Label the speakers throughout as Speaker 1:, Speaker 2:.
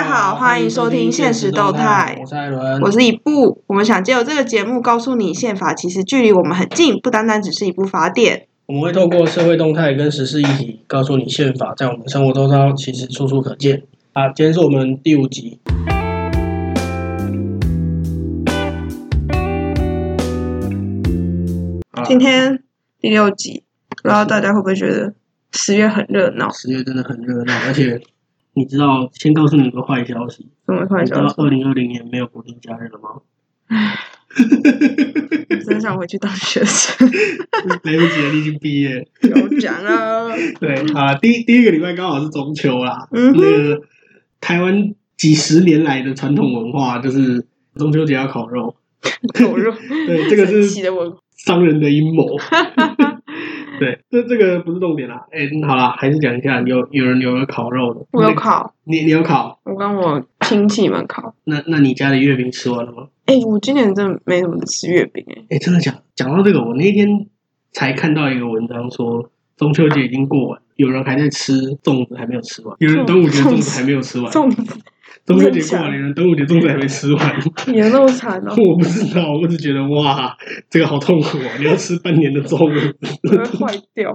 Speaker 1: 好，欢迎收听《现实动态
Speaker 2: 我》，是艾伦，
Speaker 1: 我是一部。我们想借由这个节目告诉你，宪法其实距离我们很近，不单单只是一部法典。
Speaker 2: 我们会透过社会动态跟时事议题，告诉你宪法在我们生活周遭其实处处可见。啊，今天是我们第五集。啊
Speaker 1: 今天第六集，不知道大家会不会觉得十月很热闹？
Speaker 2: 十月真的很热闹，而且你知道，先告诉你一个坏消息，
Speaker 1: 怎么突
Speaker 2: 你
Speaker 1: 然
Speaker 2: 知
Speaker 1: 想
Speaker 2: 道
Speaker 1: 到
Speaker 2: 二零二零年没有国定假日了吗？
Speaker 1: 真想回去当学 生？
Speaker 2: 来不及了，你已经毕业了。
Speaker 1: 有奖啊！
Speaker 2: 对，啊，第第一个礼拜刚好是中秋啦，
Speaker 1: 嗯哼
Speaker 2: 那个台湾几十年来的传统文化就是中秋节要烤肉，
Speaker 1: 狗肉，
Speaker 2: 对，这个
Speaker 1: 神奇
Speaker 2: 是
Speaker 1: 的文化。
Speaker 2: 商人的 阴谋。对，这这个不是重点啦。哎、好啦，还是讲一下，有有人有人烤肉的，
Speaker 1: 我有烤，
Speaker 2: 你你有烤？
Speaker 1: 我跟我亲戚们烤。
Speaker 2: 那那你家的月饼吃完了吗？
Speaker 1: 哎、我今年真的没怎么吃月饼哎、
Speaker 2: 哎、真的讲讲到这个，我那天才看到一个文章说，中秋节已经过完，有人还在吃粽子，还没有吃完；有人端午节粽子还没有吃完；
Speaker 1: 粽子
Speaker 2: 中秋节过完，有人端午节粽子还没吃完。
Speaker 1: 也那么惨哦、
Speaker 2: 我不知道，我只觉得哇，这个好痛苦哦！你要吃半年的粽子，
Speaker 1: 我会坏掉。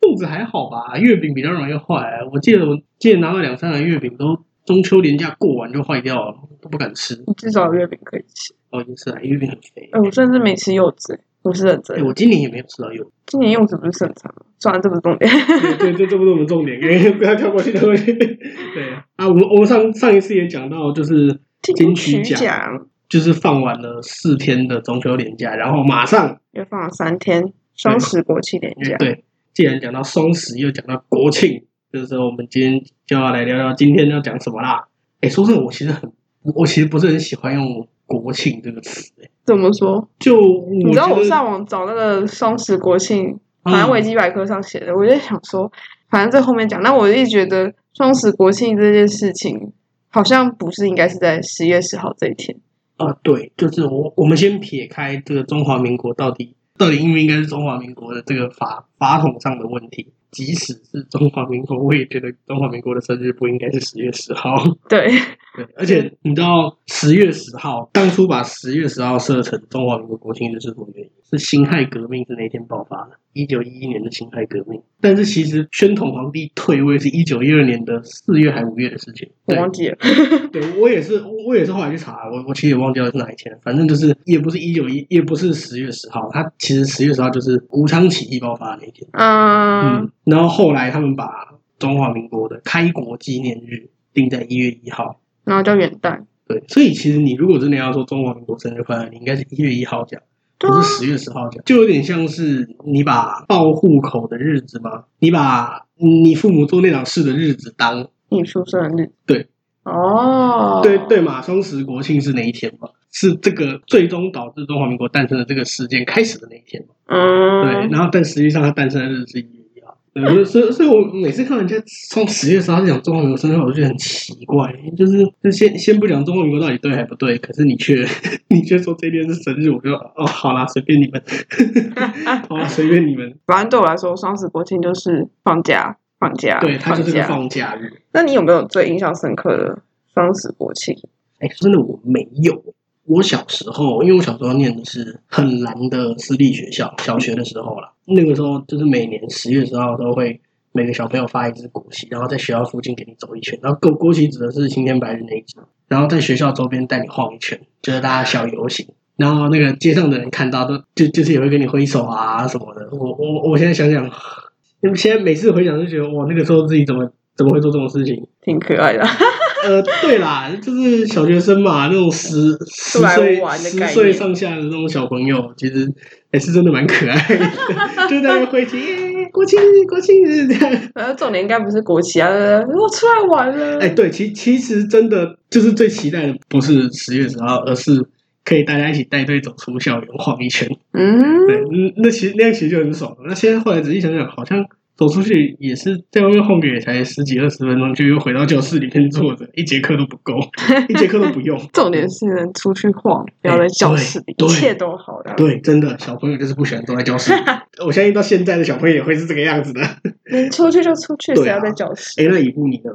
Speaker 2: 粽子还好吧？月饼比较容易坏。 我记得我记得拿到两三个月饼都中秋连假过完就坏掉了，都不敢吃。
Speaker 1: 你至少有月饼可以吃。
Speaker 2: 哦，也是啊，月饼很肥。
Speaker 1: 哎、我甚至没吃柚子、我是认真
Speaker 2: 哎，
Speaker 1: 的。
Speaker 2: 我今年也没有吃到 柚子。
Speaker 1: 今年柚子不是盛产吗？算了，这不是重点。
Speaker 2: 对，这这不是我们重点，哎不要跳过去，跳过去。 对啊，我们我们上上一次也讲到，就是金曲奖
Speaker 1: 奖
Speaker 2: 就是放完了四天的中秋连假，然后马上
Speaker 1: 也放了三天，双十国庆连假。
Speaker 2: 哎对，既然讲到双十，又讲到国庆，就是说我们今天就要来聊聊今天要讲什么啦。哎，说真的，我其实很，我其实不是很喜欢用“国庆”这个词。诶
Speaker 1: 怎么说？
Speaker 2: 就
Speaker 1: 你
Speaker 2: 哎我
Speaker 1: 知道
Speaker 2: 觉
Speaker 1: 我
Speaker 2: 得，
Speaker 1: 上网找那个双十国庆，
Speaker 2: 嗯
Speaker 1: 反正维基百科上写的，我就在想说，反正这后面讲，但我一直觉得双十国庆这件事情好像不是应该是在十月十号这一天。
Speaker 2: 啊、对，就是我我们先撇开这个中华民国到底到底应不应该是中华民国的这个法法统上的问题。即使是中华民国，我也觉得中华民国的生日不应该是十月十号。
Speaker 1: 对，
Speaker 2: 对，而且你知道十月十号当初把十月十号设成中华民国国庆日是什么原因？是辛亥革命是那一天爆发的，一九一一年的辛亥革命。但是其实宣统皇帝退位是一九一二年的四月还五月的事情。
Speaker 1: 我
Speaker 2: 对，
Speaker 1: 忘记了。
Speaker 2: 对我也是，我也是后来去查，我我其实也忘掉是哪一天了，反正就是也不是一九一，也不是十月十号，它其实十月十号就是武昌起义爆发的那一天。
Speaker 1: 嗯
Speaker 2: 嗯，然后后来他们把中华民国的开国纪念日定在一月一号。
Speaker 1: 然后叫元旦。
Speaker 2: 对，所以其实你如果真的要说中华民国生日快乐，你应该是一月一号讲，
Speaker 1: 对
Speaker 2: 不
Speaker 1: 啊
Speaker 2: 是十月十号讲，就有点像是你把报户口的日子嘛，你把你父母做那档事的日子当，
Speaker 1: 你出生的日。
Speaker 2: 对。
Speaker 1: 哦。
Speaker 2: 对对嘛，双十国庆是哪一天嘛？是这个最终导致中华民国诞生的这个事件开始的那一天嘛？对，
Speaker 1: 嗯，
Speaker 2: 然后但实际上它诞生的日子是一月一号。对，所以所以所以我每次看人家从十月十号讲中华民国生日，我就觉得很奇怪，就是就先先不讲中华民国到底对还不对，可是你却你却说这天是生日，我就哦好啦，随便你们， 好啦，随便你们，
Speaker 1: 反正对我来说，双十国庆就是放假，放假，
Speaker 2: 对，它就是个
Speaker 1: 假。
Speaker 2: 放假日。
Speaker 1: 那你有没有最印象深刻的双十国庆？
Speaker 2: 哎，说真的我没有。我小时候，因为我小时候念的是很难的私立学校，小学的时候啦，那个时候就是每年十月十号都会每个小朋友发一支国旗，然后在学校附近给你走一圈，然后国国旗指的是青天白日那一支，然后在学校周边带你晃一圈，就是大家小游行。然后那个街上的人看到都就就是也会跟你挥手啊什么的。我我我现在想想，因为现在每次回想就觉得哇，那个时候自己怎么怎么会做这种事情？
Speaker 1: 挺可爱的，啊
Speaker 2: 呃，对啦，就是小学生嘛，那种十十
Speaker 1: 出来
Speaker 2: 岁
Speaker 1: 玩的概
Speaker 2: 十
Speaker 1: 念
Speaker 2: 岁上下的那种小朋友，其实也是真的蛮可爱的， 就在那边挥旗，耶国庆日，国庆日这样。
Speaker 1: 反呃正重点应该不是国旗啊，对不对我出来玩了。
Speaker 2: 哎，对，其其实真的就是最期待的不是十月十号，而是可以大家一起带队走出校园晃一圈。对
Speaker 1: 嗯，，
Speaker 2: 嗯那其实那样其实就很爽。那现在后来仔细想想，好像走出去也是在外面晃个也才十几二十分钟，就又回到教室里面坐着，一节课都不够， 一节课都不用。
Speaker 1: 重点是能出去晃，不要在教室里，
Speaker 2: 哎对
Speaker 1: 一
Speaker 2: 对
Speaker 1: 切都好的。
Speaker 2: 对，真的，小朋友就是不喜欢坐在 教室里。我相信到
Speaker 1: 哎
Speaker 2: 现在的小朋友也会是这个样子的。
Speaker 1: 能出去就出去，
Speaker 2: 对啊
Speaker 1: 谁要在教室？
Speaker 2: 哎，那一步你呢？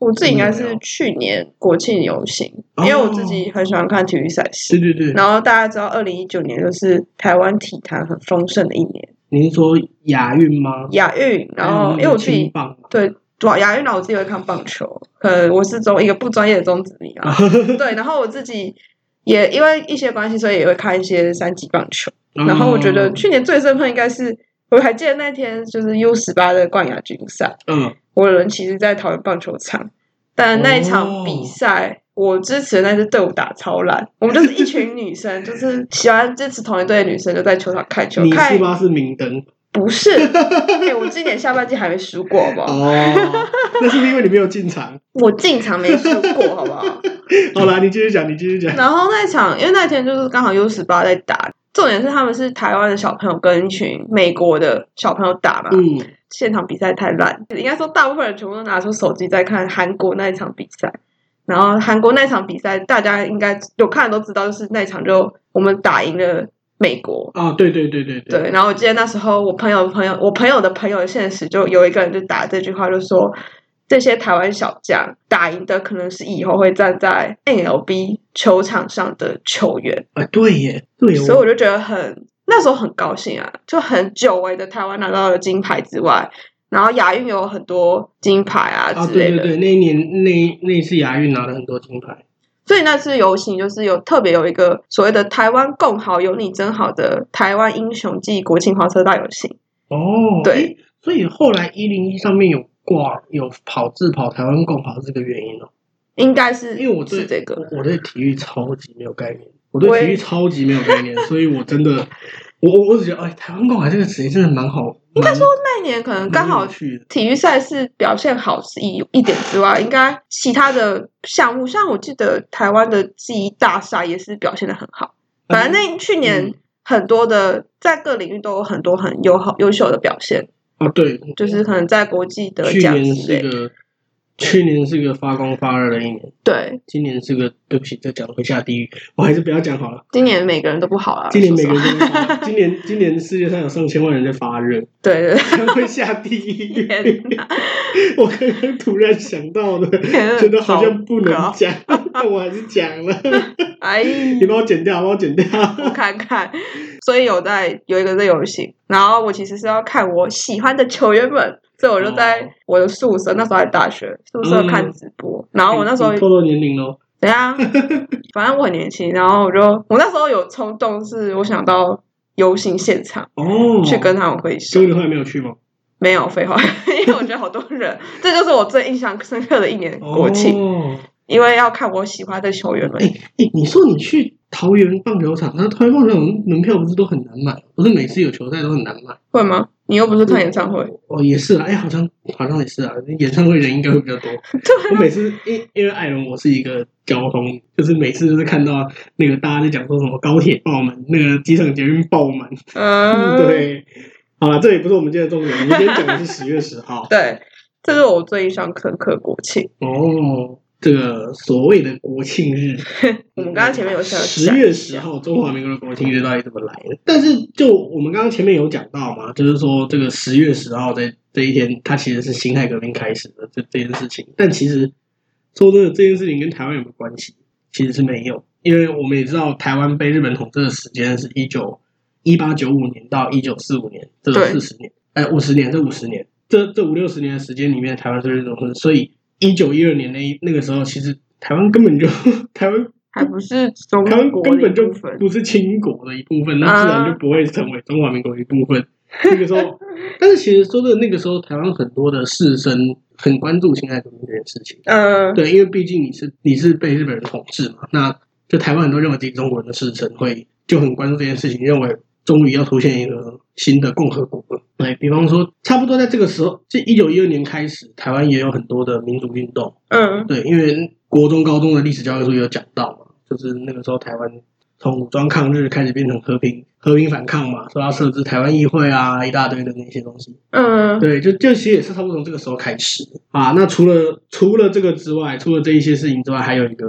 Speaker 1: 我自己应该是去年国庆游行，
Speaker 2: 哦
Speaker 1: 因为我自己很喜欢看体育赛事。
Speaker 2: 对对对，
Speaker 1: 然后大家知道，二零一九年就是台湾体坛很丰盛的一年，
Speaker 2: 你是说亚运吗？嗯
Speaker 1: 亚运，然后哦因为我自己
Speaker 2: 棒嘛，
Speaker 1: 对，主要亚运老师也会看棒球，可能我是中一个不专业的中子迷 啊。对，然后我自己也因为一些关系，所以也会看一些三级棒球。
Speaker 2: 嗯
Speaker 1: 然后我觉得去年最深刻应该是，我还记得那天就是 U 十八的冠亚军赛，
Speaker 2: 嗯，
Speaker 1: 我人其实在桃园棒球场，但那一
Speaker 2: 哦
Speaker 1: 场比赛。我支持的那支队伍打超烂，我们就是一群女生，就是喜欢支持同一队的女生，就在球场看球。
Speaker 2: 嗯你
Speaker 1: 看
Speaker 2: 是吗？是明 灯
Speaker 1: 不 是，哎、我今年下半季还没输过，好不好？
Speaker 2: 哦，那是不是因为你没有进 场？
Speaker 1: 我进场没输过，好不好？
Speaker 2: 好啦，你继续讲，你继续讲。
Speaker 1: 然后那一场，因为那天就是刚好 U 十八在打，重点是他们是台湾的小朋友跟一群美国的小朋友打嘛，
Speaker 2: 嗯，
Speaker 1: 现场比赛太烂，应该说大部分人全部都拿出手机在看韩国那一场比赛。然后韩国那场比赛，大家应该有看的都知道，就是那场就我们打赢了美国，
Speaker 2: 啊，对对对对对，
Speaker 1: 对，然后我记得那时候我朋友朋友我朋友的朋友现实就有一个人就打这句话，就说这些台湾小将打赢的可能是以后会站在 NLB 球场上的球员，
Speaker 2: 啊，对耶，对耶，
Speaker 1: 所以我就觉得很那时候很高兴啊，就很久违的台湾拿到了金牌之外，然后亚运有很多金牌啊
Speaker 2: 啊，
Speaker 1: 之类
Speaker 2: 对
Speaker 1: 的，
Speaker 2: 对对，那一年那一那一次亚运拿了很多金牌，
Speaker 1: 所以那次游行就是有特别有一个所谓的台湾共好有你真好的台湾英雄暨国庆黄色大游行。
Speaker 2: 哦，
Speaker 1: 对
Speaker 2: 诶，所以后来一零一上面有挂有跑字跑台湾共跑这个原因哦，
Speaker 1: 应该是
Speaker 2: 因为我对
Speaker 1: 是这个，
Speaker 2: 我我对体育超级没有概念，我对
Speaker 1: 我也
Speaker 2: 体育超级没有概念，所以我真的，我我我只觉得，哎，台湾共跑这个词真的蛮好，应该说
Speaker 1: 那一年可能刚好
Speaker 2: 去的，
Speaker 1: 体育赛事表现好是一一点之外，应该其他的项目，像我记得台湾的记忆大赛也是表现的很好。反正那去年
Speaker 2: 嗯
Speaker 1: 很多的在各领域都有很多很优好优秀的表现，
Speaker 2: 哦对，
Speaker 1: 就是可能在国际得
Speaker 2: 去
Speaker 1: 奖
Speaker 2: 年
Speaker 1: 之
Speaker 2: 是
Speaker 1: 类的。
Speaker 2: 个去年是个发光发热的一年。
Speaker 1: 对，
Speaker 2: 今年是个，对不起，再讲会下地狱，我还是不要讲好了。
Speaker 1: 今年每个人都不好啊。
Speaker 2: 今年
Speaker 1: 说
Speaker 2: 每
Speaker 1: 实
Speaker 2: 个
Speaker 1: 话
Speaker 2: 人都发，今年今年世界上有上千万人在发热，
Speaker 1: 对对对，
Speaker 2: 会下地 狱
Speaker 1: 天哪。
Speaker 2: 我刚刚突然想到的，
Speaker 1: 天 哪
Speaker 2: 觉得好像不
Speaker 1: 糟
Speaker 2: 能
Speaker 1: 糕
Speaker 2: 讲， 但我还是讲了。
Speaker 1: 哎，
Speaker 2: 你帮我剪掉，帮我剪掉。
Speaker 1: 我 看看，所以有在有一个在游行，然后我其实是要看我喜欢的球员们，所以我就在
Speaker 2: 哦嗯
Speaker 1: 我的宿舍，那时候还大学宿舍看直播，然后我那时候
Speaker 2: 你透露年龄喽。
Speaker 1: 怎样，反正我很年轻，然后我就我那时候有冲动，是我想到游行现场
Speaker 2: 哦，
Speaker 1: 去跟他们挥手
Speaker 2: 所以，你后来没有去吗？
Speaker 1: 没有废话， 因为我觉得好多 人，这就是我最印象深刻的一年国庆，
Speaker 2: 哦，
Speaker 1: 因为要看我喜欢的球员们
Speaker 2: 哎、。哎、你说你去桃园棒球场，那桃园棒球场门票不是都很难买？不是每次有球赛都很难买？
Speaker 1: 会吗？你又不是看演唱会，
Speaker 2: 哦，也是啊，哎、好像好像也是啊，演唱会人应该会比较多。 我
Speaker 1: 啊
Speaker 2: 每次因因为艾伦，我是一个交通，就是每次就是看到那个大家在讲说什么高铁爆满，那个机场捷运爆满，
Speaker 1: 嗯，
Speaker 2: 对。好了，这也不是我们今天的重点，我们今天讲的是十月十号。
Speaker 1: 对，这是我最印象深刻的国庆。
Speaker 2: 哦，这个所谓的国庆日，
Speaker 1: 我们刚刚前面有小
Speaker 2: 十月十号中华民国的国庆日到底怎么来的？但是就我们刚刚前面有讲到嘛，就是说这个十月十号这这一天，它其实是辛亥革命开始的这这件事情。但其实说真的，这件事情跟台湾有没有关系？其实是没有，因为我们也知道台湾被日本统治的时间是一九一八九五年到一九四五年，这
Speaker 1: 对
Speaker 2: 四十年，哎，五十年，这五十年，这这五六十年的时间里面，台湾是日本统治，所以一九一二年那一那个时候，其实台湾根本就 台湾
Speaker 1: 还不是中
Speaker 2: 台湾
Speaker 1: 国
Speaker 2: 根
Speaker 1: 的一
Speaker 2: 本就
Speaker 1: 部分。啊
Speaker 2: 不是清国的一部分，那自然就不会成为中华民国的一部分。那个 时候，但是其实说真的，那个时候台湾很多的士绅很关注辛亥革命这件事情。
Speaker 1: 呃，
Speaker 2: 对，因为毕竟你是你是被日本人统治嘛，那就台湾很多认为自己中国人的士绅会就很关注这件事情，认为终于要出现一个新的共和国了。对比方说，差不多在这个时候，就一九一二年开始，台湾也有很多的民主运动。
Speaker 1: 嗯，
Speaker 2: 对，因为国中、高中的历史教科书有讲到嘛，就是那个时候台湾从武装抗日开始变成和平和平反抗嘛，说要设置台湾议会啊，一大堆的那些东西。
Speaker 1: 嗯，
Speaker 2: 对，就就其实也是差不多从这个时候开始啊。那除了除了这个之外，除了这一些事情之外，还有一个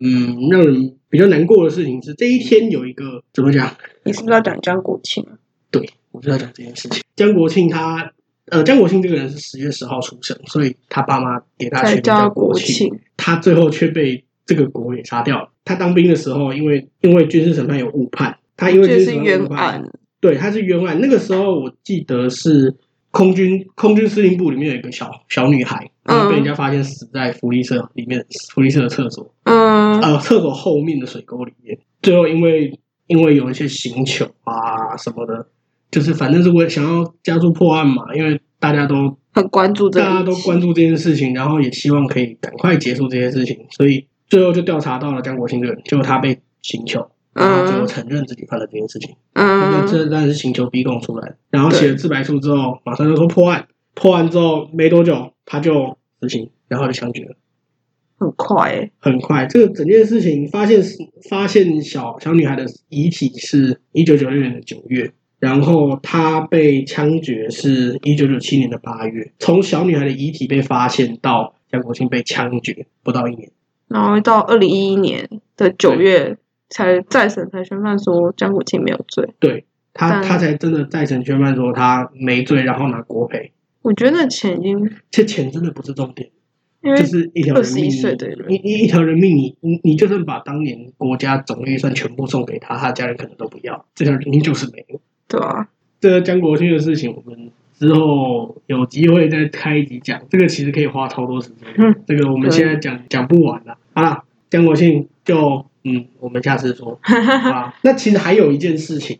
Speaker 2: 嗯，让人比较难过的事情是，这一天有一个怎么讲？
Speaker 1: 你是不是要讲江国庆？
Speaker 2: 对，我就要讲这件事情。江国庆他呃，江国庆这个人是十月十号出生，所以他爸妈给他
Speaker 1: 才
Speaker 2: 取名叫
Speaker 1: 国
Speaker 2: 国庆，
Speaker 1: 庆，
Speaker 2: 他最后却被这个国给杀掉了。他当兵的时候，因为因为军事审判有误判，他因为军
Speaker 1: 这
Speaker 2: 事
Speaker 1: 是
Speaker 2: 审判
Speaker 1: 冤
Speaker 2: 误判
Speaker 1: 案，
Speaker 2: 对，他是冤案。那个时候我记得是空军空军司令部里面有一个小小女孩，然后被人家发现死在福利社里面福利社的厕所，
Speaker 1: 嗯，
Speaker 2: 呃，厕所后面的水沟里面。最后因为因为有一些刑求啊什么的，就是反正是为想要加速破案嘛，因为大家都
Speaker 1: 很关注这个，
Speaker 2: 大家都关，注这件事情，然后也希望可以赶快结束这件事情，所以最后就调查到了江国庆这个人，结果他被刑求。然后最后
Speaker 1: 嗯
Speaker 2: 承认自己犯了这件事情，那
Speaker 1: 嗯，
Speaker 2: 这当然是请求逼供出来的。然后
Speaker 1: 对
Speaker 2: 写了自白书之后，马上就说破案，破案之后没多久他就死刑，然后就枪决了。
Speaker 1: 很快欸，
Speaker 2: 很快，这个整件事情发现是发现小小女孩的遗体是一九九六年的九月，然后她被枪决是一九九七年的八月。从小女孩的遗体被发现到江国庆被枪决不到一年，
Speaker 1: 然后到二零一一年的九月才再审，才宣判说江国庆没有罪。
Speaker 2: 对他
Speaker 1: 但
Speaker 2: 他才真的再审宣判说他没罪，然后拿国赔。
Speaker 1: 我觉得那钱已经
Speaker 2: 这钱真的不是重点。
Speaker 1: 因为
Speaker 2: 就是一条人命，
Speaker 1: 21岁的人
Speaker 2: 一一一条人命你，你你就算把当年国家总预算全部送给他，他家人可能都不要，这条人命就是没有。
Speaker 1: 对啊，
Speaker 2: 这个江国庆的事情，我们之后有机会再开一集讲，这个其实可以花超多时间，
Speaker 1: 嗯
Speaker 2: 这个我们
Speaker 1: 对
Speaker 2: 现在讲讲不完了。好啦，江国庆就嗯，我们下次 说，好吧？那其实还有一件事情，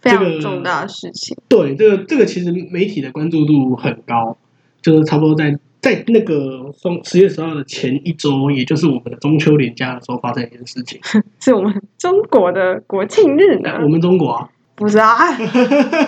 Speaker 1: 非
Speaker 2: 这
Speaker 1: 常
Speaker 2: 个
Speaker 1: 重大的事情。
Speaker 2: 对，这个这个其实媒体的关注度很高，就是差不多在在那个双十月十号的前一周，也就是我们的中秋连假的时候发生一件 事情。
Speaker 1: 是我们中国的国庆日呢？
Speaker 2: 我们中 国啊，
Speaker 1: 不是啊，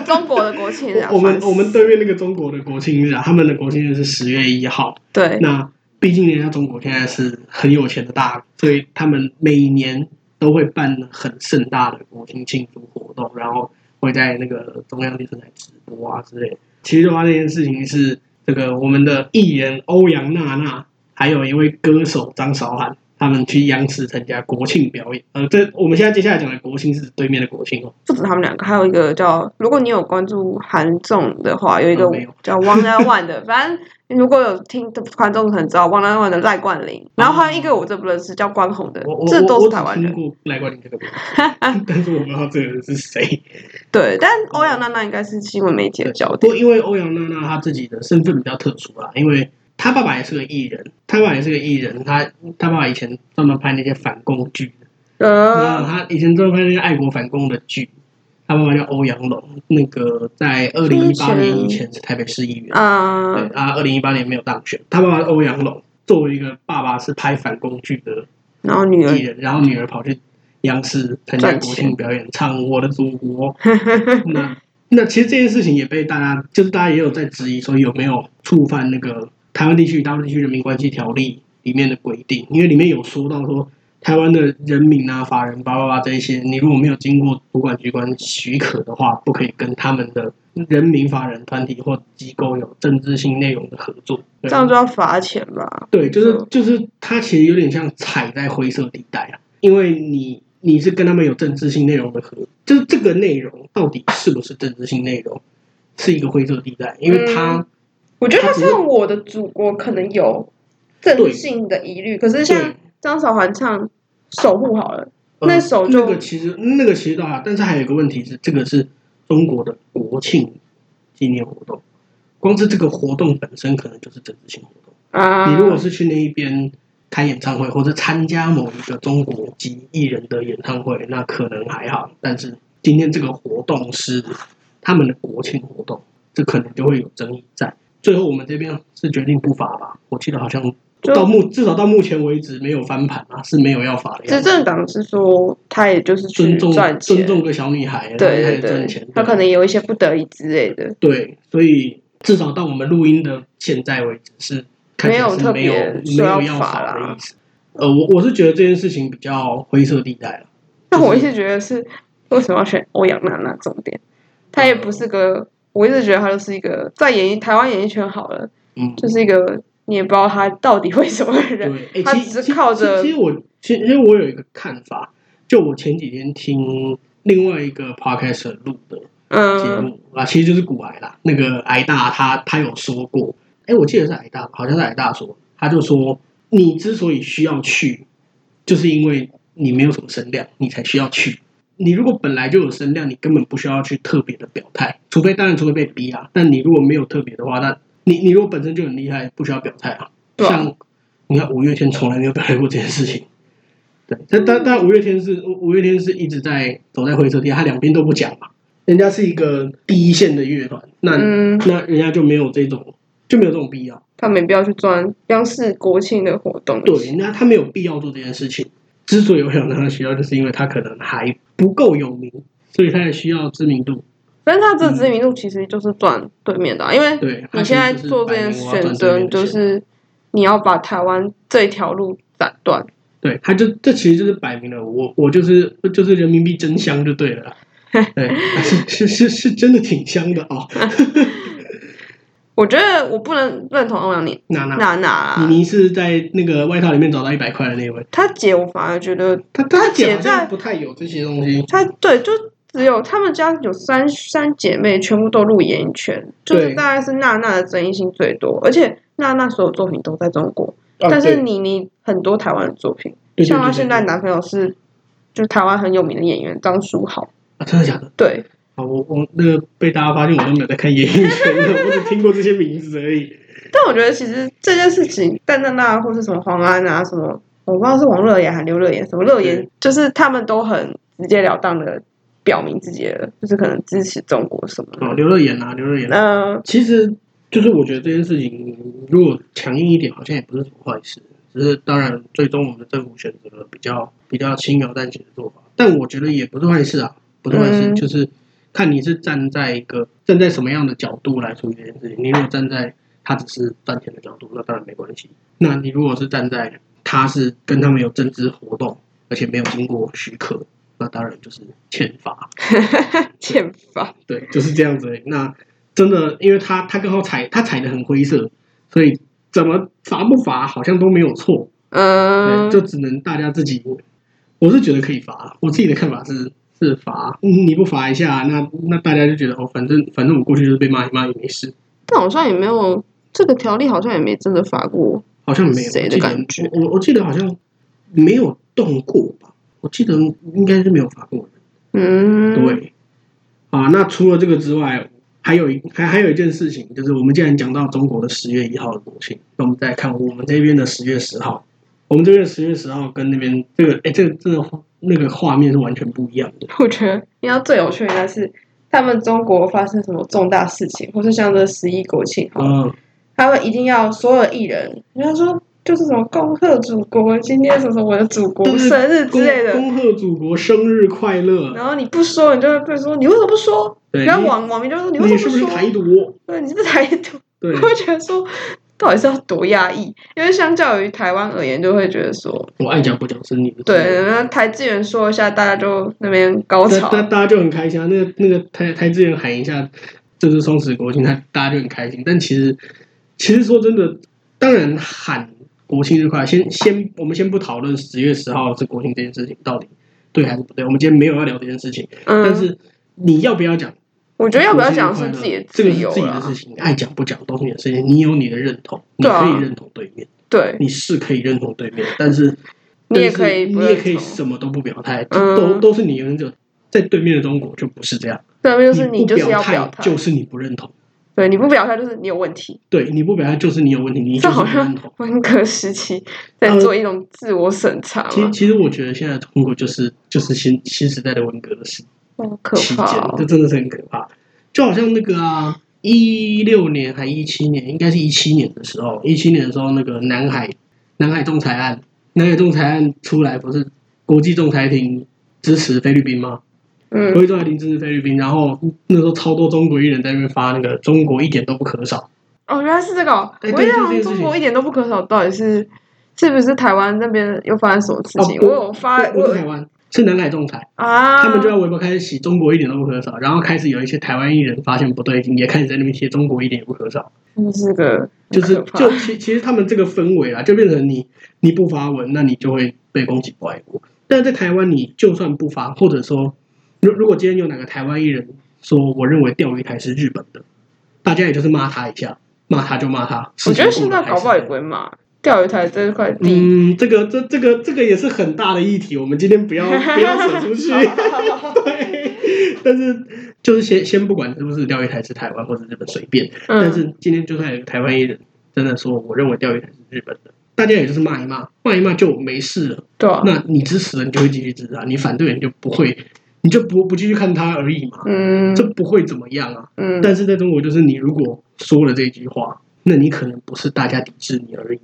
Speaker 1: 中国的国庆日啊，
Speaker 2: 我我们
Speaker 1: 烦死
Speaker 2: 我们对面那个中国的国庆日啊，他们的国庆日是十月一号。
Speaker 1: 对
Speaker 2: 那毕竟人家中国现在是很有钱的大国，所以他们每年都会办很盛大的国庆庆祝活动，然后会在那个中央电视台直播啊之类的。其实的话，那件事情是这个我们的艺人欧阳娜娜，还有一位歌手张韶涵，他们去央视参加国庆表演。呃，这我们现在接下来讲的国庆是对面的国庆哦，
Speaker 1: 不止他们两个，还有一个叫，如果你有关注韩综的话，有一个
Speaker 2: 哦没有
Speaker 1: 叫 One n One 的，反正如果有听的观众可能知道 One n One 的赖冠霖，然后还有一个我这不认识叫关宏的
Speaker 2: 我我，
Speaker 1: 这
Speaker 2: 我
Speaker 1: 都是
Speaker 2: 我
Speaker 1: 台
Speaker 2: 只
Speaker 1: 湾
Speaker 2: 听
Speaker 1: 人。
Speaker 2: 过赖冠霖这个名 字，但是我不知道这个人是谁。
Speaker 1: 对，但欧阳娜娜应该是新闻媒体的焦
Speaker 2: 不
Speaker 1: 点。
Speaker 2: 过因为欧阳娜娜她自己的身份比较特殊啊啦，因为她爸爸也是个艺人，她爸爸也是个艺人，她她爸爸以前专门拍那些反共剧，那
Speaker 1: 呃，
Speaker 2: 她以前专门拍那些爱国反共的剧。她爸爸叫欧阳龙，那个在二零一八年以前是台北市议员，对
Speaker 1: 嗯，
Speaker 2: 啊，二零一八年没有当选。她爸爸是欧阳龙，作为一个爸爸是拍反共剧的
Speaker 1: 然后女
Speaker 2: 艺
Speaker 1: 儿，
Speaker 2: 人，然后女儿跑去央视参加国庆表演，唱《我的祖国》。 那那其实这件事情也被大家，就是大家也有在质疑，说有没有触犯那个台湾地区与大陆地区人民关系条例里面的规定，因为里面有说到说。台湾的人民啊、法人、叭叭叭这一些，你如果没有经过主管机关许可的话，不可以跟他们的人民、法人、团体或机构有政治性内容的合作。对
Speaker 1: 这样就要罚钱吧？
Speaker 2: 对，就是
Speaker 1: 嗯
Speaker 2: 就是，他其实有点像踩在灰色地带啊，因为你你是跟他们有政治性内容的合，就是这个内容到底是不是政治性内容，是一个灰色地带，因为他、
Speaker 1: 嗯我觉得他
Speaker 2: 他只是
Speaker 1: 唱《我的祖国》可能有政治性的疑虑，可是像
Speaker 2: 对
Speaker 1: 张韶涵唱《守护》好了，
Speaker 2: 呃
Speaker 1: 那首就
Speaker 2: 那个其实那个其实倒好，但是还有一个问题是，这个是中国的国庆纪念活动，光是这个活动本身可能就是政治性活动。
Speaker 1: 啊，
Speaker 2: 你如果是去那一边开演唱会，或者参加某一个中国籍艺人的演唱会，那可能还好。但是今天这个活动是他们的国庆活动，这可能就会有争议在。最后我们这边是决定不罚吧？我记得好像
Speaker 1: 就
Speaker 2: 到目至少到目前为止没有翻盘啊，是没有要罚的样
Speaker 1: 执
Speaker 2: 子。
Speaker 1: 政党是说他也就是去
Speaker 2: 尊重
Speaker 1: 赚钱，
Speaker 2: 尊重个小女孩，
Speaker 1: 对
Speaker 2: 让
Speaker 1: 对
Speaker 2: 她赚钱
Speaker 1: 对，，他可能有一些不得已之类的，
Speaker 2: 对，所以至少到我们录音的现在为止是看起来是没
Speaker 1: 没有
Speaker 2: 有
Speaker 1: 特别
Speaker 2: 没
Speaker 1: 说要
Speaker 2: 有要
Speaker 1: 罚啦
Speaker 2: 罚的意思。呃，我我是觉得这件事情比较灰色地带了。
Speaker 1: 但我一直觉得是为什么要选欧阳娜娜重点，她也不是
Speaker 2: 嗯
Speaker 1: 个，我一直觉得她就是一个在演艺台湾演艺圈好了，
Speaker 2: 嗯，
Speaker 1: 就是一个你也不知道她到底会什么的人，
Speaker 2: 对，
Speaker 1: 他
Speaker 2: 哎，
Speaker 1: 只
Speaker 2: 其
Speaker 1: 是
Speaker 2: 实其实
Speaker 1: 靠着
Speaker 2: 其实我其实我有一个看法，就我前几天听另外一个 podcaster 录的，节
Speaker 1: 嗯，
Speaker 2: 目啊，其实就是古癌啦。那个癌大他他有说过，哎，我记得是癌大，好像是癌大说，他就说你之所以需要去，就是因为你没有什么声量，你才需要去。你如果本来就有声量，你根本不需要去特别的表态，除非当然除非被逼啊。但你如果没有特别的话，那你你如果本身就很厉害，不需要表态啊。
Speaker 1: 对啊
Speaker 2: 像你看五月天从来没有表态过这件事情，对，但但但五月天是五五月天是一直在走在灰色地带，他两边都不讲嘛。人家是一个第一线的乐团，那、
Speaker 1: 嗯
Speaker 2: 那人家就没有这种就没有这种必要，
Speaker 1: 他没必要去钻央视国庆的活动。
Speaker 2: 对，那他没有必要做这件事情。之所以我想让他需要，就是因为他可能还不够有名，所以他也需要知名度。
Speaker 1: 但是他这知名度其实就是赚对面的啊、因为
Speaker 2: 嗯对，
Speaker 1: 你
Speaker 2: 他
Speaker 1: 现在
Speaker 2: 其实就是
Speaker 1: 做这件
Speaker 2: 摆明我要
Speaker 1: 选
Speaker 2: 赚
Speaker 1: 择，
Speaker 2: 这
Speaker 1: 你
Speaker 2: 边的
Speaker 1: 就
Speaker 2: 钱
Speaker 1: 是你要把台湾这条路斩断。
Speaker 2: 对，他就这其实就是摆明了我我就是就是人民币真香就对了啦。对，是是是是真的挺香的哦。
Speaker 1: 我觉得我不能认同欧阳妮
Speaker 2: 娜娜，
Speaker 1: 娜娜啊，
Speaker 2: 妮妮是在那个外套里面找到一百块的那位，
Speaker 1: 她姐我反而觉得
Speaker 2: 她她姐
Speaker 1: 姐
Speaker 2: 好
Speaker 1: 在
Speaker 2: 像不太有这些东西。
Speaker 1: 她对就。只有她们家有三三姐妹，全部都入演艺圈，就是
Speaker 2: 对
Speaker 1: 大概是娜娜的争议性最多，而且娜娜所有作品都在中国，
Speaker 2: 啊
Speaker 1: 但
Speaker 2: 对
Speaker 1: 是妮妮很多台湾的作品，
Speaker 2: 对对
Speaker 1: 像
Speaker 2: 对
Speaker 1: 她
Speaker 2: 对
Speaker 1: 现
Speaker 2: 对
Speaker 1: 在男朋友是就台湾很有名的演员张书豪，
Speaker 2: 啊，真的假的？
Speaker 1: 对，
Speaker 2: 啊，我我那个被大家发现我都没有在看演艺圈 的，我只听过这些名字而已。
Speaker 1: 但我觉得其实这件事情，蛋蛋啊，或是什么黄安啊，什么我不知道是王乐妍还是刘乐妍，什么乐妍
Speaker 2: 嗯，
Speaker 1: 就是他们都很直截了当的表明自己的，就是可能支持中国什么的。
Speaker 2: 哦，刘乐言啊，刘乐 言，
Speaker 1: 那
Speaker 2: 其实就是我觉得这件事情如果强硬一点，好像也不是什么坏事。只是当然，最终我们的政府选择了比较比较轻描淡写的做法，但我觉得也不是坏事啊，不是坏事，
Speaker 1: 嗯
Speaker 2: 就是看你是站在一个站在什么样的角度来处理这件事情。你如果站在他只是赚钱的角度，那当然没关系。那你如果是站在他是跟他们有政治活动，而且没有经过许可，那当然就是欠罚。
Speaker 1: 欠发，
Speaker 2: 对，就是这样子而已。那真的，因为他他刚好踩他踩的很灰色，所以怎么罚不罚好像都没有错，
Speaker 1: 嗯，
Speaker 2: 对，就只能大家自己。我是觉得可以罚，我自己的看法是是罚，嗯你不罚一下，那那大家就觉得哦，反正反正我过去就是被骂一骂也没事，
Speaker 1: 但好像也没有这个条例，好像也没真的罚过。
Speaker 2: 好像没有
Speaker 1: 谁的
Speaker 2: 我记得
Speaker 1: 感觉
Speaker 2: 我我我记得好像没有动过吧，我记得应该是没有罚过的。
Speaker 1: 嗯，，
Speaker 2: 对，啊，那除了这个之外，还有一还还有一件事情，就是我们既然讲到中国的十月一号的国庆，那我们再看我们这边的十月十号，我们这边的十月十号跟那边这个哎，这个这个那个画面是完全不一样的。
Speaker 1: 我觉得应该最有趣的应该是他们中国发生什么重大事情，或是像这十一国庆，好了
Speaker 2: 嗯，
Speaker 1: 他们一定要所有艺人，人家说就是什么恭贺祖国，今天什么什么我的祖国
Speaker 2: 对对
Speaker 1: 生日
Speaker 2: 恭
Speaker 1: 之类的。
Speaker 2: 恭贺祖国生日快乐！
Speaker 1: 然后你不说，你就会被说你为什么不说？
Speaker 2: 对，
Speaker 1: 然后
Speaker 2: 你
Speaker 1: 网网民就说你为
Speaker 2: 你
Speaker 1: 什
Speaker 2: 是
Speaker 1: 么
Speaker 2: 不是
Speaker 1: 说？
Speaker 2: 台独？
Speaker 1: 对，你是不是台 独？
Speaker 2: 对
Speaker 1: 我，会觉得说，到底是要多压抑？因为相较于台湾而言，就会觉得说，
Speaker 2: 我爱讲不讲是你的事。
Speaker 1: 对，那台资源说一下，大家就那边高
Speaker 2: 那
Speaker 1: 潮。
Speaker 2: 那大家就很开心啊！那个那个台台资源喊一下，这是双十国庆，他大家就很开心。但其实其实说真的，当然喊国庆日快乐，先先我们先不讨论十月十号是国庆这件事情到底对还是不对，我们今天没有要聊这件事情。但
Speaker 1: 嗯，
Speaker 2: 是你要不要讲？
Speaker 1: 我觉得要不要讲
Speaker 2: 国
Speaker 1: 是
Speaker 2: 庆日
Speaker 1: 自
Speaker 2: 快乐
Speaker 1: 己的自
Speaker 2: 这个是
Speaker 1: 由啊啦
Speaker 2: 自己的。事情，爱讲不讲都是你的事情。你有你的认同，你
Speaker 1: 对啊
Speaker 2: 可以认同对面，
Speaker 1: 对，
Speaker 2: 你是可以认同对面，但是
Speaker 1: 你也
Speaker 2: 但
Speaker 1: 可
Speaker 2: 是
Speaker 1: 以不
Speaker 2: 你也
Speaker 1: 认
Speaker 2: 可以
Speaker 1: 同。
Speaker 2: 什么都不表态，
Speaker 1: 嗯
Speaker 2: 都都是你原则。在对面的中国就不是这样，
Speaker 1: 对，就是
Speaker 2: 你
Speaker 1: 你
Speaker 2: 不
Speaker 1: 就是要
Speaker 2: 态
Speaker 1: 表态，
Speaker 2: 就是你不认同，
Speaker 1: 对，你不表态就是你有问题。
Speaker 2: 对你不表态就是你有问题，你就
Speaker 1: 这
Speaker 2: 是
Speaker 1: 好
Speaker 2: 不认
Speaker 1: 像
Speaker 2: 同。
Speaker 1: 文革时期在
Speaker 2: 呃
Speaker 1: 做一种自我审查
Speaker 2: 其实，
Speaker 1: 嘛，
Speaker 2: 其实我觉得现在中国就是就是新新时代的文革的时
Speaker 1: 好可
Speaker 2: 期
Speaker 1: 怕
Speaker 2: 间，这
Speaker 1: 哦！
Speaker 2: 真的是很可怕。就好像那个啊，一六年还一七年，应该是一七年的时候，一七年的时候那个南海南海仲裁案，南海仲裁案出来不是国际仲裁庭支持菲律宾吗？
Speaker 1: 嗯，
Speaker 2: 徽州还林支持菲律宾，然后那时候超多中国艺人在那边发那个“中国一点都不可少
Speaker 1: 哦，原来是这个、哦，我
Speaker 2: 哎
Speaker 1: 一
Speaker 2: 对
Speaker 1: 直
Speaker 2: 就
Speaker 1: 好像
Speaker 2: 这件事
Speaker 1: 中
Speaker 2: 情
Speaker 1: 国一点都不可少，到底是是不是台湾那边又发生什么事情？
Speaker 2: 哦不
Speaker 1: 我有”，发，
Speaker 2: 不
Speaker 1: 啊我
Speaker 2: 是台
Speaker 1: 有
Speaker 2: 湾，是南海仲裁，
Speaker 1: 啊，
Speaker 2: 他们就在微博开始洗“中国一点都不可少”，然后开始有一些台湾艺人发现不对劲，也开始在那边贴“中国一点也不可少
Speaker 1: 真是个”，
Speaker 2: 就
Speaker 1: 很
Speaker 2: 是
Speaker 1: 可怕
Speaker 2: 就其其实他们这个氛围啊啦，就变成你你不发文，那你就会被攻击不爱国。但在台湾，你就算不发，或者说如如果今天有哪个台湾艺人说我认为钓鱼台是日本的，大家也就是骂他一下，骂他就骂他。
Speaker 1: 我觉得现在
Speaker 2: 事情过了
Speaker 1: 搞不好也不
Speaker 2: 还是
Speaker 1: 会骂钓鱼台这块地。
Speaker 2: 嗯，这个这这个这个也是很大的议题，我们今天不要不要扯出去。 对，但是就是先先不管是不是钓鱼台是台湾或者日本随便，但
Speaker 1: 嗯，
Speaker 2: 是今天就算有个台湾艺人真的说，我认为钓鱼台是日本的，大家也就是骂一骂，骂一骂就没事了。
Speaker 1: 对啊，
Speaker 2: 那你支持的你就会继续支持他，啊你反对的你就不会，你就不不继续看他而已嘛，
Speaker 1: 嗯
Speaker 2: 这不会怎么样啊。
Speaker 1: 嗯，
Speaker 2: 但是在中国，就是你如果说了这句话，那你可能不是大家抵制你而已，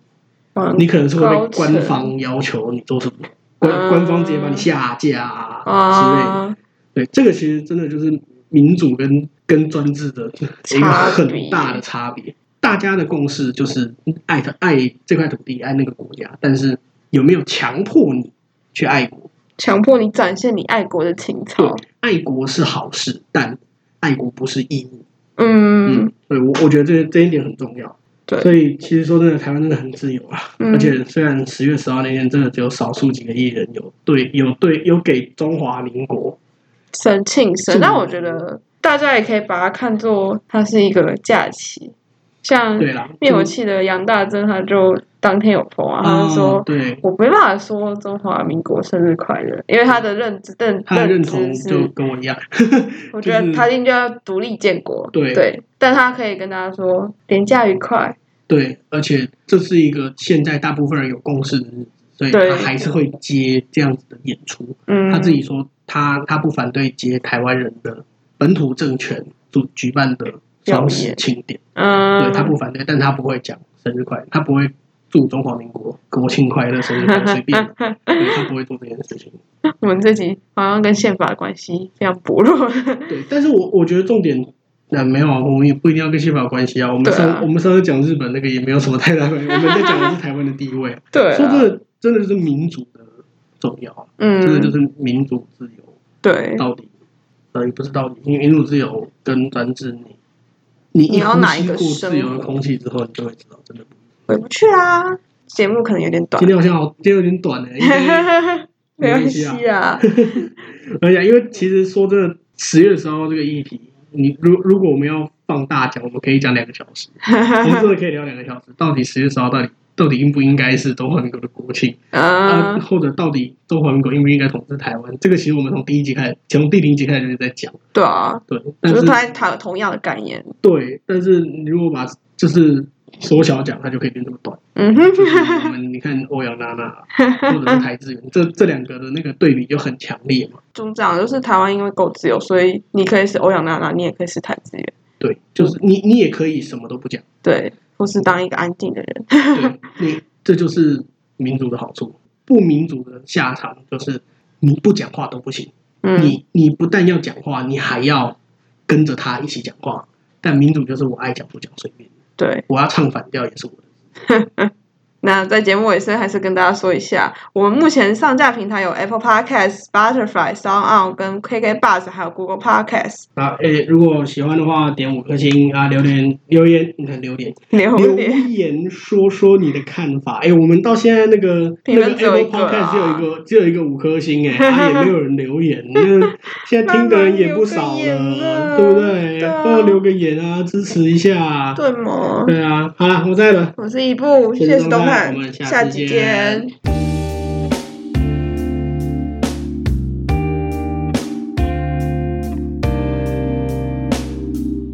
Speaker 1: 嗯
Speaker 2: 你可能是会
Speaker 1: 高
Speaker 2: 被
Speaker 1: 层
Speaker 2: 官方要求你做什么，官
Speaker 1: 啊
Speaker 2: 官方直接把你下架啊之类的。
Speaker 1: 啊，
Speaker 2: 对，这个其实真的就是民主跟跟专制的一个
Speaker 1: 差别
Speaker 2: 很大的差别。大家的共识就是爱他爱这块土地，爱那个国家，但是有没有强迫你去爱国？
Speaker 1: 强迫你展现你爱国的情操。
Speaker 2: 爱国是好事，但爱国不是义务。
Speaker 1: 嗯，，
Speaker 2: 对我我觉得这这一点很重要。
Speaker 1: 对
Speaker 2: 所以其实说真的，台湾真的很自由啊。
Speaker 1: 嗯
Speaker 2: 而且虽然十月十号那天真的只有少数几个艺人有对有对有给中华民国，
Speaker 1: 神庆生，
Speaker 2: 祝
Speaker 1: 但我觉得大家也可以把它看作它是一个假期，像
Speaker 2: 对啦，
Speaker 1: 嗯灭火器的杨大珍，他就当天有 PO 啊，他就说
Speaker 2: 啊。对，
Speaker 1: 我没办法说中华民国生日快乐，因为他的认知认
Speaker 2: 他的认同
Speaker 1: 知，
Speaker 2: 就是跟我一样。
Speaker 1: 我觉得
Speaker 2: 就是
Speaker 1: 他应该要独立建国，
Speaker 2: 对
Speaker 1: 但他可以跟大家说廉价愉快，
Speaker 2: 对，而且这是一个现在大部分人有共识的日子，所以
Speaker 1: 对
Speaker 2: 他还是会接这样子的演出。
Speaker 1: 嗯，
Speaker 2: 他自己说他他不反对接台湾人的本土政权主举办的双十庆典，
Speaker 1: 嗯，
Speaker 2: 对他不反对，但他不会讲生日快乐，他不会祝中华民国国庆快乐、生日快乐，随便，对他不会做这件事情。
Speaker 1: 我们这集好像跟宪法的关系非常薄弱。
Speaker 2: 对，但是我我觉得重点。那、没有啊，我们也不一定要跟宪法有关系啊。我们
Speaker 1: 对啊
Speaker 2: 上、我们上次讲日本那个也没有什么太大关系，我们在讲的是台湾的地位啊。
Speaker 1: 对
Speaker 2: 说真
Speaker 1: 啊，
Speaker 2: 的，真的就是民主的重要啊，真的就
Speaker 1: 嗯，
Speaker 2: 是民主自由
Speaker 1: 对，
Speaker 2: 到底，呃，也不是到底，因为民主自由跟专制你，你
Speaker 1: 你要
Speaker 2: 呼吸
Speaker 1: 哪一个
Speaker 2: 过
Speaker 1: 生
Speaker 2: 自由
Speaker 1: 活
Speaker 2: 的空气之后，你就会知道，真的不一
Speaker 1: 回
Speaker 2: 样。
Speaker 1: 不去啦。节目可能有点短
Speaker 2: 今，天好像好，今天有点短呢、应该
Speaker 1: 没关
Speaker 2: 没
Speaker 1: 系啊。
Speaker 2: 而且因为其实说真的，十月十号这个议题，你如如果我们要放大讲，我们可以讲两个小时，我们真的可以聊两个小时。到底十月十号到底到底应不应该是中华民国的国庆？啊，
Speaker 1: 啊，
Speaker 2: 或者到底中华民国应不应该统治台湾？这个其实我们从第一集开始，从第零集开始就在讲，
Speaker 1: 对啊，
Speaker 2: 对。但
Speaker 1: 就是是他他有同样的概念。
Speaker 2: 对，但是你如果把就是缩小讲，它就可以变这么短。
Speaker 1: 嗯哼，
Speaker 2: 就是我们你看欧阳娜娜或者是台志远，这这两个的那个对比就很强烈嘛。
Speaker 1: 组长就是台湾因为够自由，所以你可以是欧阳娜娜，你也可以是台资源，
Speaker 2: 对，就是你你也可以什么都不讲，
Speaker 1: 对，或是当一个安静的人。
Speaker 2: 对，你这就是民主的好处。不民主的下场就是你不讲话都不行。
Speaker 1: 嗯，
Speaker 2: 你你不但要讲话，你还要跟着他一起讲话。但民主就是我爱讲不讲随便，
Speaker 1: 对。
Speaker 2: 我要唱反调也是我的。
Speaker 1: 那在节目尾声，还是跟大家说一下，我们目前上架平台有 Apple Podcast、Butterfly、Sound On、跟 KK Bus，还有 Google Podcast。
Speaker 2: 啊，诶、如果喜欢的话，点五颗星啊，留言留言，你看留言
Speaker 1: 榴
Speaker 2: 留
Speaker 1: 莲，
Speaker 2: 言说说你的看法。哎诶、我们到现在那个那
Speaker 1: 评
Speaker 2: 个
Speaker 1: 论只有
Speaker 2: Apple
Speaker 1: 一个啊
Speaker 2: Podcast 只有一个只有一个五颗星诶、啊也没有人留言，那现在听的人也不
Speaker 1: 慢慢
Speaker 2: 少
Speaker 1: 留个言
Speaker 2: 了，
Speaker 1: 啊
Speaker 2: 对不对？
Speaker 1: 对啊
Speaker 2: 帮我留个言啊，支持一下。
Speaker 1: 对吗？
Speaker 2: 对啊，好了，我在了。
Speaker 1: 我是一步，
Speaker 2: 谢谢
Speaker 1: 谢谢
Speaker 2: 东
Speaker 1: 东
Speaker 2: 汉
Speaker 1: 汉
Speaker 2: 我们，下次
Speaker 1: 下期
Speaker 2: 见
Speaker 1: 见。